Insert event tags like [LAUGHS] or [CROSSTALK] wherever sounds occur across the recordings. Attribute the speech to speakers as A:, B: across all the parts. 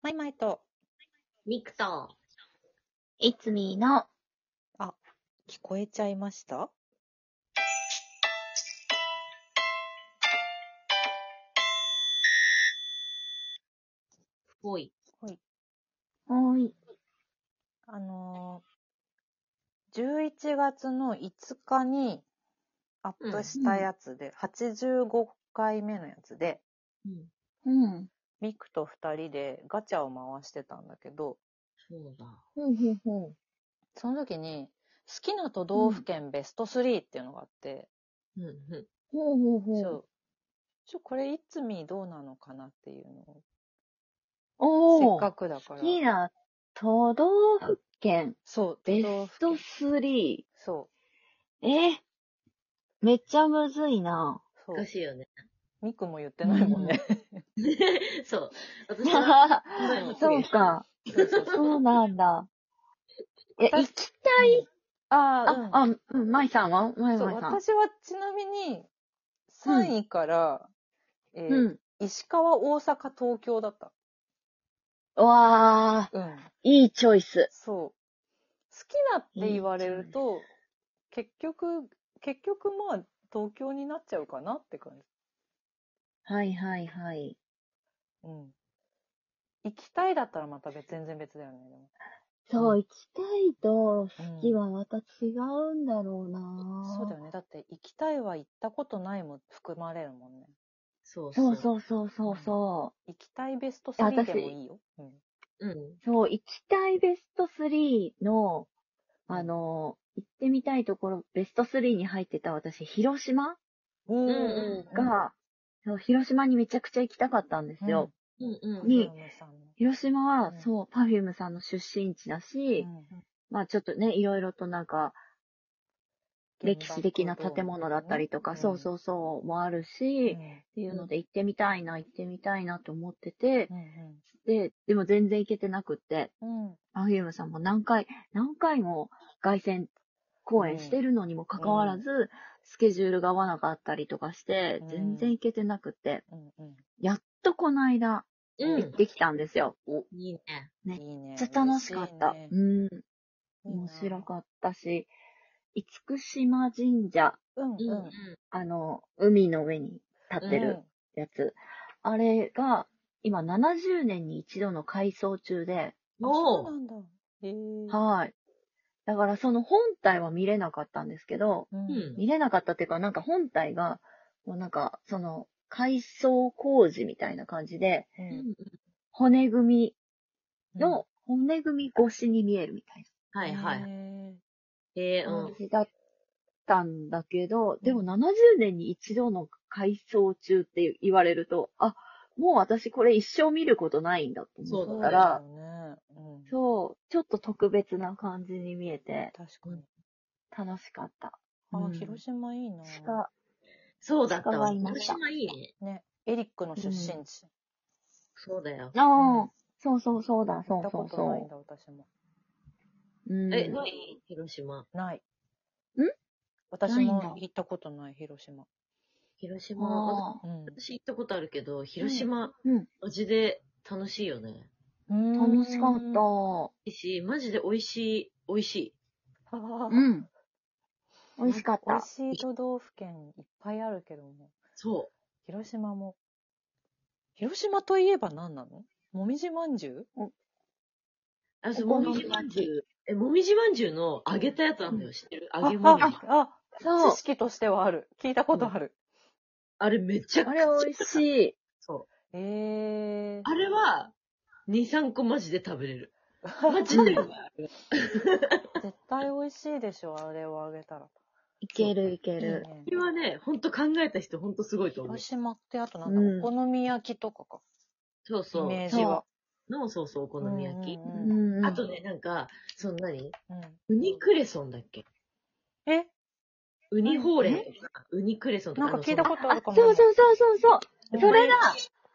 A: マイマイと
B: ミクと、いつみの、
A: 聞こえちゃいました
B: おい。
A: ほい。
B: おい。
A: あのー、11月の5日にアップしたやつで、85回目のやつで、
B: うん。うん。
A: ミクと2人でガチャを回してたんだけど、
B: そうだ。
A: ほうほうほうその時に、好きな都道府県ベスト3っていうのがあって、
B: うん、う
C: ほうほう
A: ち
C: ほう。
A: ょ、ちょ、これいつみどうなのかなっていうの
C: お
A: を、せっ
C: お。好
A: かくだから。
C: きな都道府県、
A: そう、
C: ベ
A: 都道
C: ス
A: 府
C: ト
A: 県。
C: 3。
A: そう、
C: えめっちゃむずいな。
A: そ
B: ん。
A: う
B: 難。しいよね。 [LAUGHS]
A: ミクも言ってないもんね。
B: そう。私は、
C: そうそうか。
B: そうそう
C: そ
B: そうう。
C: なんだ。いや、
A: 私
C: 行きたい。
A: ああ、うん
C: あ、あ、うん、舞さんは舞
A: そう、
C: 舞さん。
A: 私はちなみに、3位から、えー
C: うん。
A: 石川、大阪、東京だった。
C: うわあ、
A: うん。
C: いいチョイス。
A: そう。好きなって言われると、結局、結局まあ、東京になっちゃうかなって感じ。
C: はいはいはい。
A: うん。行きたいだったらまた別、全然別だよね。でも
C: そう、行きたいと、
A: うん
C: 好きはまた違うんだろうな。
A: そうだよね。だって、行きたいは行ったことないも含まれるもんね。
B: そう
C: そう
B: う。
C: そうそうそうそう。
A: 行きたいベスト3でもいいよ。うん。
B: うん。
C: そう、行きたいベスト3の、あの、行ってみたいところ、ベスト3に入ってた私、広島
A: うん
B: うんうん
C: が、そう広島にめちゃくちゃ行きたかったんですよ。
B: うん、うん。
C: に
A: うんさんの
C: 広島は、
A: うん
C: そう、パフュームさんの出身地だし、まあちょっとね、いろいろとなんか、歴史的な建物だったりとか、そう
A: う
C: そうそう、もある
A: ん。
C: し、
A: う
C: っ
A: ん
C: ていうので行ってみたいな、行ってみたいなと思ってて、
A: うん
C: で、でも全然行けてなくって、
A: うんうん
C: アフィウムさんも何回、何回も凱旋公演してるのにもかかわらず、スケジュールが合わなかったりとかして
A: うん、
C: 全然行けてなくて、
A: うんうん
C: やっとこの間、
B: う
C: 行ってきたんですよ。
B: ん。いいね。
C: ね
A: いいね。
C: めっちゃ楽しかった。
A: 嬉しいね
C: うん。面白かったし、厳島神社、
A: うん
B: うん、う。
A: うん
C: あの、海の上に立ってる。やつ、あれが、今70年に一度の改装中で、
A: うんあそうな
B: おー
A: んだ。へー
C: はい。だからその本体は見れなかったんですけど、
A: う
B: うんん。
C: 見れなかったっていうか、なんか本体が、もうなんか、その、改装工事みたいな感じで、
A: う
B: うんん
C: 骨組みの、骨組み越しに見えるみたい
B: はい、はい。
A: へ
B: えー、
C: な
B: うん。
C: 感じだったんだけど、でも
A: うん
C: 70年に一度の改装中って言われると、あ、もう私これ一生見ることないんだと
A: ー
B: そ
C: 思
B: うだね
C: ったら、
A: そうだよねうん
C: そう、ちょっと特別な感じに見えて、
A: 確かに。
C: 楽しかった。
A: あ
C: う
A: ー、
C: ん
A: 広島いいな。
C: 鹿、
B: そうだった
C: 鹿が
B: わ。
C: いま
B: 広
C: した
B: 島いいね。
A: ね。エリックの出身地。
B: そうだよ。
C: ああ、
A: うん
C: そうそうそう
A: 行
C: だ、そ
A: っ
C: う
A: た
C: そ
A: こ
C: う
A: とないん
C: そ
A: だ、私も。
C: う。うん
B: え、ない広島。
A: ない。
C: ん
A: 私
C: ないんだ
A: も行ったことない、広島。
B: 広島。
C: あ
A: うん
B: 私行ったことあるけど、広島
C: うん、
B: マジで楽しいよね。
C: あ、楽しかった。
B: いいし、マジで美味しい、美味しい。
A: た。うん
C: うん。美味しかっ
A: 美
C: た
A: 味。しい都道府県いっぱいあるけども、
B: そ
A: 広島も。広島といえば何なのもみじまんじゅう
B: う。あ、そう、
C: ここ
B: も
C: の
B: みじまんじゅう。え、もみじまんじゅうの揚げたやつあんのよ、知ってる揚げもみじ。
A: あ、あ、
C: そう
A: 知。識としてはある。聞いたことある。
B: あれめちゃ
C: あ
B: くち
C: れ
B: ゃ。
C: 美味しい。
B: そう。
A: ええ
B: あれは、2、3個マジで食べれ
A: [LAUGHS]
B: る。マジでうまい。
A: 絶対美味しいでしょ、あれをあげたら。
C: いけるいけ
A: いい
C: る。
A: ね
B: これはね、ほんと考えた人ほんとすごいと思う
A: 広。島ってあとなんだ、
C: うん
A: お好み焼きとかか。
B: そう
A: イ
B: そ
A: メー
B: う。
A: ジは。
B: の、そうそう、お好み焼き
A: う。
C: うん
A: うん
C: ん。
B: あとね、なんか、そんなに
A: うん
B: ウニクレソンだっけ
A: え
B: ウニほうれんとか、ウニクレソンとか。
A: なんか聞いた
B: と
A: ことあ
C: あ
A: るかも。
C: そうそうそうそうそう。それが、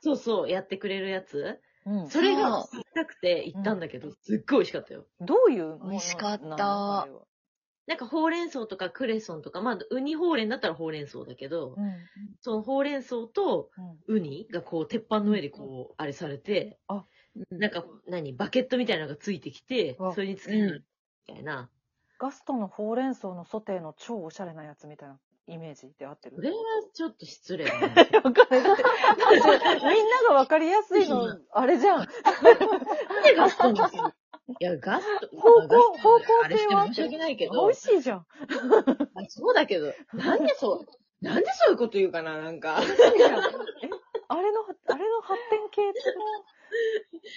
B: そうそう、やってくれるやつ。
A: うん
B: それが
C: そ
B: 行きたくて行ったんだけど、すっごい美味しかったよ。
A: どういうものなの
C: 美味しかった
A: あれは
B: なんかほうれん草とかクレソンとか、まあ、ウニほうれんだったらほうれん草だけど、
A: うん。
B: そのほうれん草と
A: うん
B: ウニがこう、鉄板の上でこう、あれされて
A: あ、
B: なんか、何バケットみたいなのがついてきて、
A: うわ
B: それにつけるみたいな。
A: ガストのほうれん草のソテーの超おしゃれなやつみたいなイメージで合ってる
B: それはちょっと失礼だ
A: わ
B: な。
A: かんないだってだってみんながわかりやすいの、あれじゃん。
B: なんでガストにする
A: [LAUGHS]
B: いや、ガスト、
A: 方向
B: まあガスト
A: 方向性は
B: あれして申し訳ないけど
A: 美味、しいじゃん。
B: あそうだけど、なんでそう、なんでそういうこと言うかな、な
A: [LAUGHS]
B: んか。
A: いやえあれの、あれの発展系ってこ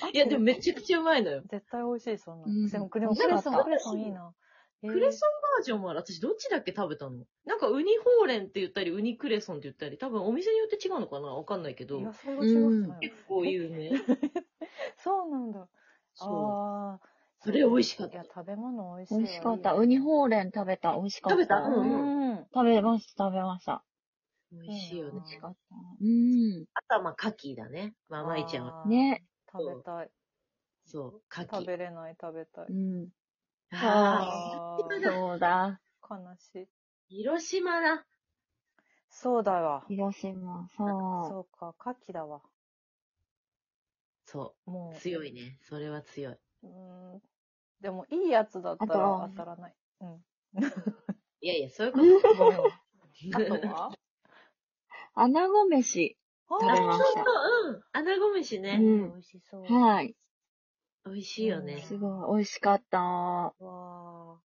A: と
B: いや、でもめちゃくちゃうまいのよ。
A: 絶対美味しい、そんな。
C: うん
A: でも、でも
C: ク
A: ク
C: レ
A: レ
C: ソ
A: ソ
C: ン
A: ン、クレソンいいな。えー
B: クレソンバージョンは私どっちだっけ食べたのなんかウニほうれんって言ったり、ウニクレソンって言ったり、多分お店によって違うのかなわかんないけど
A: い、や、それが違うかな
B: 結構有名。
A: そうなんだ。
B: そう。
A: ああ。
B: それ美味しかった
A: いや、食べ物美味しい
C: 美
A: わ。
C: 味しかった。ウニほうれん食べた。美味しかった。
B: 食べたう
A: うんん。
C: 食べました、食べました。
B: 美味しいよ
A: うん
B: ね
C: 美。味しかった。うん。
B: あとはまあ、牡蠣だね。まあ、舞ちゃんは。
A: あー
C: ね。
A: 食べたい。
B: そう、牡
A: 食
B: 蠣。
A: べれない、食べたい。
C: うん。
B: あ
A: あ
B: あ、
A: ー
C: そうだ。
A: 悲しい。
B: 広島だ。
A: そうだわ。
C: 広島、そう。
A: そうか、牡蠣だわ。
B: そ
A: も
B: う、
A: う。
B: 強いね。それは強い。
A: うん。でも、いいやつだった
C: あとは
A: ら当たらない。
B: いやいや、そういう [LAUGHS] こと。
A: ご
C: [LAUGHS]
A: めんわあとは
C: 穴子飯。
A: あ
C: 食べま
A: ー
C: した
B: うん。穴子飯ね。
C: う
A: 美
C: ん
A: 味しそう。
C: はい。
B: 美味しいよね。
C: すごい、美味しかった。
A: わ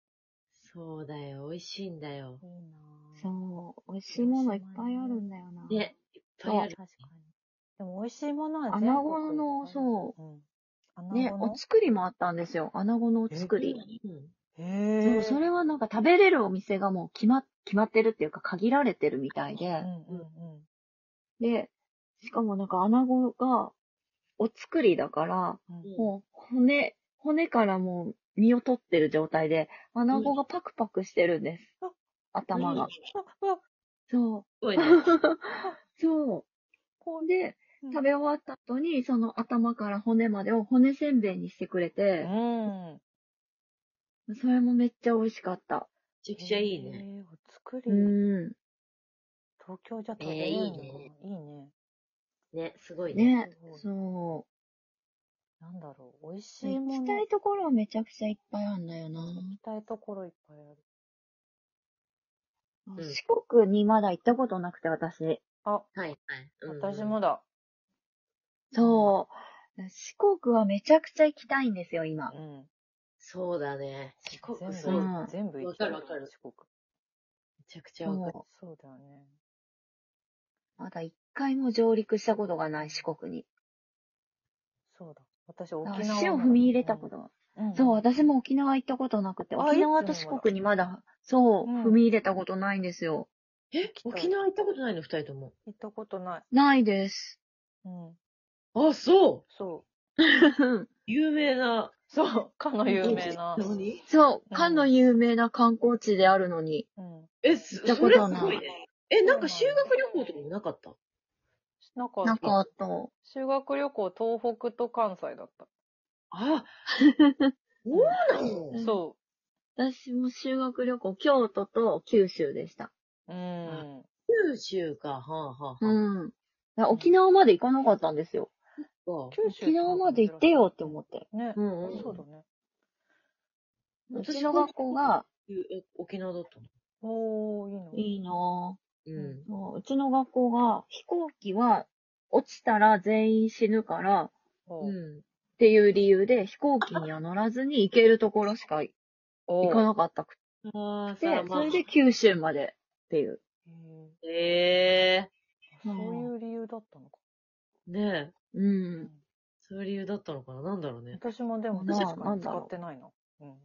B: そうだよ。美味しいんだよ
A: ー、。いいなぁ
C: そう。美味しいものいっぱいあるんだよな。
B: ね。いっぱいある。
A: 確かに。でも、美味しいものは
C: 穴子の、
A: う。
C: そ
A: うん。穴
C: う。ね、
A: 子の
C: お。作りもあったんですよ。穴子のお作り。
B: うん。
A: へ
C: そう、それはなんか食べれるお店がもう決ま、決まってるっていうか限られてるみたい
A: うん
C: で。
A: うんうん。
C: で、しかもなんか穴子がお作りだから、
A: うん
C: もう骨、骨からもう身を取ってる状態で、穴子がパクパクしてるんです。
A: うん
C: 頭が。
B: す
A: うわ
C: そう。
B: ごいね。
C: そう。
A: こう
C: で、
A: うん
C: 食べ終わった後に、その頭から骨までを骨せんべいにしてくれて、
A: うん。
C: それもめっちゃ美味しかった。
B: めちゃくちゃいい
A: え
B: ね。
A: ー。お作り
C: う、ん。
A: 東京じゃ食べれ
B: えーい
A: るのかな、
B: いね
A: いいね。
B: ね、すごいね。
C: ね、
A: す
C: そ
A: なんだろう、美味
C: う。
A: しい
C: 行
A: も
C: き
A: の。
C: たいところはめちゃくちゃいっぱいあんだよな。
A: 行きたいところいっぱいある。
B: ん
C: 四国にまだ行ったことなくて、私。
A: あ、
B: はいはい。うん
A: 私。もだ。
C: そう。四国はめちゃくちゃ行きたいんですよ、今
A: う。ん。
B: そうだね。
A: 全
B: 四国、
A: 部
B: そう。め
C: うん
A: 全部行きたい。
B: わかるわかる
A: 四国。
B: ちゃくちゃわかる。
A: そうだよね。
C: まだ一回も上陸したことがない四国に。
A: そうだ。私、沖
C: だから
A: 縄。
C: 足を踏み入れたことが。
A: うん。うん
C: そう、私も沖縄行ったことなくて、
A: あ
C: 沖縄と
A: いつ
C: 四
A: も
C: 国にまだ、そう、
A: うん
C: 踏み入れたことないんですよ。
B: え、沖縄行ったことないの二人とも。
A: 行ったことない。
C: ないです。
A: うん。
B: あ、そう
A: そう。
B: 有名な。
A: そう。 [LAUGHS] かの有名な。
B: 何
C: そう、かの有名な観光地であるのに。
A: うん。
B: え、す
C: 行った
B: そ
C: こ
B: れす
C: とない
B: ごいね。え、なんか修学旅行とかもなかった
A: なんか、
C: なんかあった。
A: 修学旅行、東北と関西だった。
B: あ、そう
C: うん
A: そ
C: 私も修学旅行、京都と九州でした。
A: う。うん。
B: 九州か、はあはあはあ。
C: うん。だから沖縄まで行かなかったんですよ。
B: そ
A: 九州
C: 沖縄まで行ってよって思って。
A: ね。
B: ううんうん。
A: そうだね。
B: うん
C: うちの学校が、
B: え沖縄だったの
A: おー、いいの。
C: いいな
B: う
C: ぁ
B: ん。
C: そううちの学校が、飛行機は落ちたら全員死ぬからっ
A: おー
B: うん。
C: ていう理由で、飛行機には乗らずに行けるところしか
A: お
C: 行
A: ー
C: かなかったく
B: ああ、
C: て、
B: さあ、
C: そ
B: まあ
C: れ。で九州までっていう。
A: へ
B: ええ
A: ーあそういう理由だったのか。
B: ねえ。
C: うん。
B: そういう理由だったのかななんだろうね。
A: 私もでも
C: まあ
A: 確か
C: な
A: に
C: んだ
A: 使
C: ろう
A: ってないな。うん
B: うん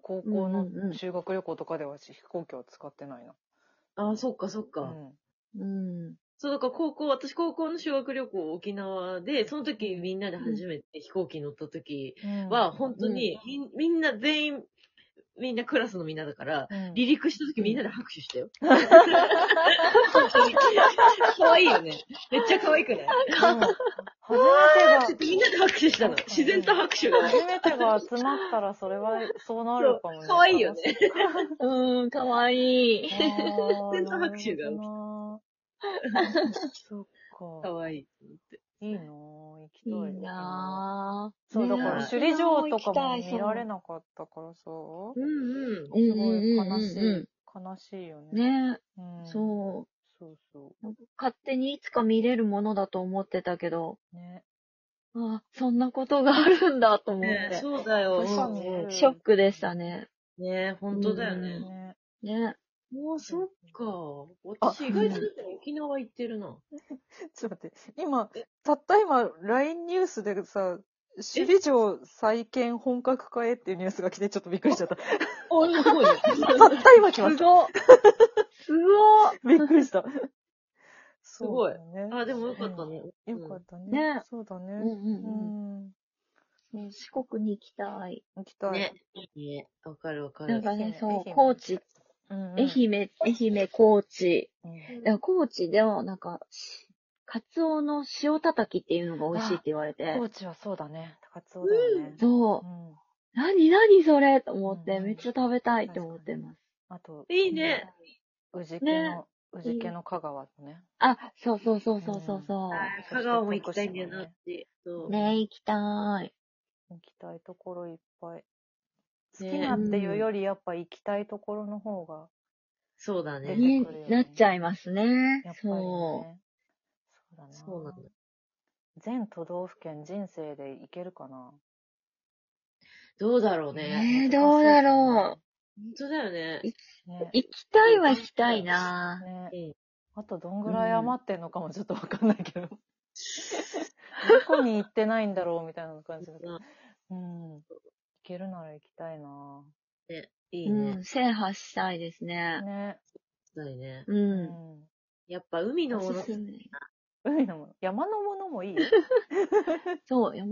A: 高校
C: うんうんうん
A: の修学旅行とかでは飛行機は使ってないな。
B: ああ、そっかそっか。
A: うん
C: うん。
B: そう、だから高校、私高校の修学旅行沖縄で、その時みんなで初めて飛行機に乗った時は、本当にみんみんな全員、みんなクラスのみんなだから、
A: うん
B: 離陸した時みんなで拍手したよ。本当に。可愛いよね。めっちゃ可愛くない
A: うん初
B: ちょっ
A: め
B: とみんなで拍手したの。自然と拍手
A: てが、
B: が。
A: 初めて
C: [LAUGHS]
A: が集まったらそれはそうなるかもね。
B: そう可愛いよね
C: うん、かわいい
A: あ。ー。
B: 自然と拍手が
C: [LAUGHS]
A: なるほどなそっか。
B: 可愛い。
A: いいなぁ行きた
C: い
A: いよ。
C: いなぁ。
A: そう、だ
C: ね
A: か
C: え
A: ら首里城とかも
C: 行きたい
A: 見られなかったからさ、
B: うんうん。
C: うん
A: すごい
C: うんう
A: 悲
C: ん
A: しい
C: うん。
A: 悲しいよね。
C: ね
A: うん、う。
C: そ。
A: そうそう
C: 勝手にいつか見れるものだと思ってたけど、
A: う。ね。
C: あそんなことがあるんだと思っ
B: ね
C: て。
B: そうだよ。
A: 確かに
B: うんうん
C: ショックでしたね。
B: ね本当だよ
C: う
B: ね。
A: ね。
C: ね。
B: もうそっか。私意外とだって沖縄行ってるな。
A: ちょっと待って、今、たった今、LINE ニュースでさ、首里城再建本格化へっていうニュースが来て、ちょっとびっくりしちゃった。
B: お、すごいね。
A: たった今来
C: す
A: まし
C: ごっ
A: た。[LAUGHS]
C: すごっ
A: びっく
B: [LAUGHS]
A: りした。す
B: ごい
A: ね
B: [LAUGHS] あ、でもよかったね。
A: よかったね。
C: ね
A: そうだ
C: う
A: ね。うんん。
C: うんうん。四国に行きたい。
A: 行きたい。
B: ね。ね。わかるわか
C: なん
B: る。
C: か
A: 愛媛
C: ね、
A: 愛
C: そ
A: 媛
C: う、高知、
A: うんうん
C: 愛媛、愛媛、高知。
A: うん
C: いや高知では、なんか、しカツオの塩叩きっていうのが美味しいって言われて
A: 高、知はそうだね。高津だよね。
C: そうう、
A: ん。
C: なになにそれと思っ
A: うん
C: て、
A: うん
C: めっちゃ食べたいって思ってます。
A: あと、
B: いいね。
A: 宇治家
C: ね
A: の、宇治家の香川のね。
C: あ、そうそうそうそうそうそ
B: あー香川も行きたいんだよなって。そう
C: う。ね行きたい。
A: 行きたいところいっぱい。好
B: ね
A: きなっていうより、やっぱ行きたいところの方が、
B: そうだ
A: 出
B: ね。
A: て
C: ね
A: くるよね
C: なっちゃいますね
A: やっぱ。りね。
C: そ
A: そうだな。
B: そうなんだ。
A: 全都道府県人生で行けるかな。
B: どうだろう
C: う。
B: ね。
C: ねどうだろ
B: 本当だよね。
A: う。
C: う
A: ね。。
C: 行きたいは行きたいな
A: ね
B: うん
A: あとどんぐらい余ってんのかもちょっとわかんないけど。どこに行ってないんだろうみたいな感じだけど。うん。行けるなら行きたいな
B: ねいい
C: うん
B: ね。、
C: 制覇したいですね。
A: ね。
B: だいね。
C: う。
A: うんん。
B: やっぱ海の
C: お
B: もの
C: すすめ。
A: 海のもの、山のものもいいよ。
C: そう、